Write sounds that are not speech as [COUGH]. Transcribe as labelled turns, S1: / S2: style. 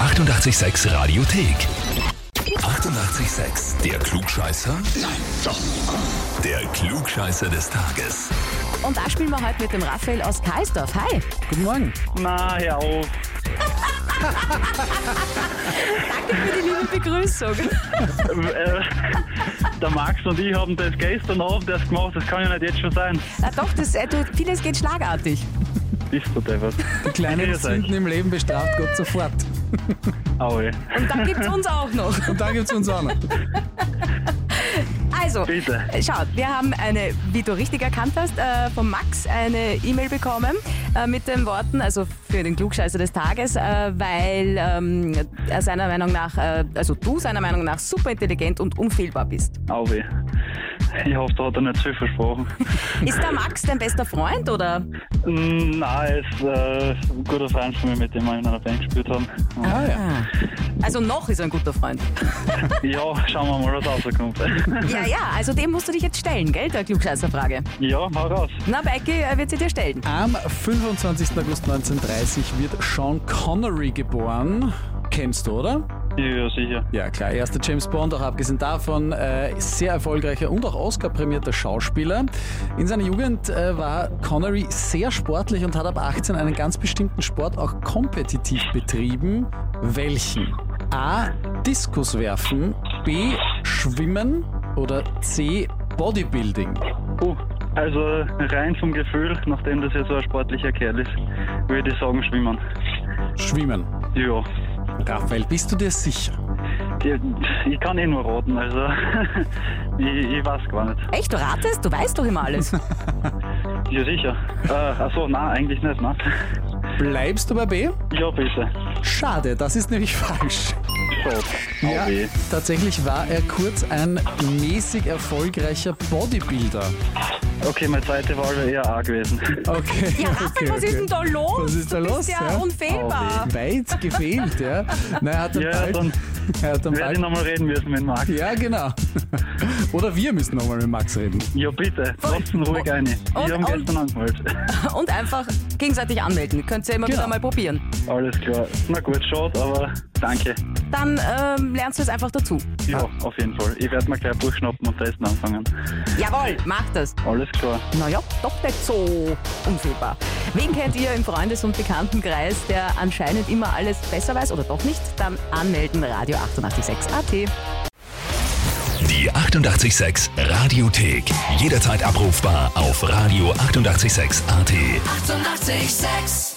S1: 886 Radiothek. 88,6. Der Klugscheißer? Nein, doch. Der Klugscheißer des Tages.
S2: Und da spielen wir heute mit dem Raphael aus Karlsdorf. Hi,
S3: Guten Morgen.
S4: Na, hör auf.
S2: danke für die liebe Begrüßung.
S4: Äh, Der Max und ich haben das gestern Abend erst gemacht, das kann ja nicht jetzt schon sein.
S2: Na doch, das, äh, du, vieles geht schlagartig.
S4: Bist du [LAUGHS] deppert.
S3: Die kleinen
S4: Grüß euch.
S3: Sünden im Leben bestraft Gott sofort.
S4: Aue.
S2: Und dann gibt es uns auch noch.
S3: Und dann gibt's uns auch noch.
S2: Also,
S4: Bitte.
S2: äh, schau, wir haben eine, wie du richtig erkannt hast, äh, von Max eine E-Mail bekommen äh, mit den Worten, also für den Klugscheißer des Tages, äh, weil ähm, er seiner Meinung nach, äh, also du seiner Meinung nach super intelligent und unfehlbar bist.
S4: Aue. Ich hoffe, da hat er nicht viel versprochen.
S2: Ist der Max dein bester Freund oder?
S4: Mm, Nein, er ist äh, ein guter Freund von mir, mit dem wir in einer Band gespielt haben. Und
S3: Ah, ja.
S2: Also noch ist er ein guter Freund.
S4: ja, schauen wir mal, was rauskommt. [LAUGHS]
S2: Ja, ja, also dem musst du dich jetzt stellen, gell, der Klugscheißerfrage.
S4: ja, hau raus.
S2: Na, Becky äh, wird sie dir stellen.
S3: Am 25. August 1930 wird Sean Connery geboren. Kennst du, oder?
S4: Ja, sicher.
S3: Ja, klar, erster James Bond, auch abgesehen davon, äh, sehr erfolgreicher und auch Oscar-prämierter Schauspieler. In seiner Jugend äh, war Connery sehr sportlich und hat ab 18 einen ganz bestimmten Sport auch kompetitiv betrieben. Welchen? A. Diskus werfen, B. Schwimmen oder C. Bodybuilding.
S4: Uh, also rein vom Gefühl, nachdem das ja so ein sportlicher Kerl ist, würde ich sagen, schwimmen.
S3: Schwimmen.
S4: Ja.
S3: Raphael, bist du dir sicher?
S4: Ich, ich kann eh nur raten, also [LAUGHS] ich, ich weiß gar nicht.
S2: Echt, du ratest? Du weißt doch immer
S3: [LAUGHS]
S2: alles.
S4: Ja, sicher. Äh, achso, nein, eigentlich nicht, nein.
S3: Bleibst du bei B?
S4: Ja, bitte.
S3: Schade, das ist nämlich [LAUGHS] falsch.
S4: So,
S3: Ja,
S4: okay.
S3: tatsächlich war er kurz ein mäßig erfolgreicher Bodybuilder.
S4: okay, meine zweite Wahl wäre eher A gewesen.
S3: Okay.
S2: Ja, Raphael,
S3: okay,
S2: was ist
S3: okay.
S2: denn da los?
S3: Was ist da
S2: du
S3: los,
S2: bist ja,
S3: ja? Oh,
S2: unfehlbar.
S3: Weit gefehlt, ja. Na, er hat dann
S4: Ja,
S3: bald.
S4: dann
S3: er hat dann
S4: Werde ich
S3: bald
S4: nochmal reden müssen mit Marc.
S3: ja, genau. [LAUGHS] Oder wir müssen nochmal mit Max reden.
S4: Ja, bitte, lasst ihn
S3: Oh,
S4: ruhig rein. Ich
S2: und-
S4: habe ihn
S2: und-
S4: gestern angemeldet.
S3: [LAUGHS]
S2: Und einfach gegenseitig anmelden. Könnt ihr immer
S3: Genau.
S2: wieder mal probieren.
S4: Alles klar. Na gut, schade, aber danke.
S2: Dann ähm, lernst du es einfach dazu.
S4: Ja,
S3: Ah.
S4: auf jeden Fall. Ich werde mal gleich durchschnappen und testen anfangen.
S2: Jawohl, mach das.
S4: Alles klar.
S2: Naja, doch nicht so unfehlbar. Wen kennt ihr im Freundes- und Bekanntenkreis, der anscheinend immer alles besser weiß oder doch nicht? Dann anmelden, Radio 886 AT.
S1: Die 88,6 Radiothek. Jederzeit abrufbar auf radio886.at. 88,6.
S5: Eighty-eight, sex.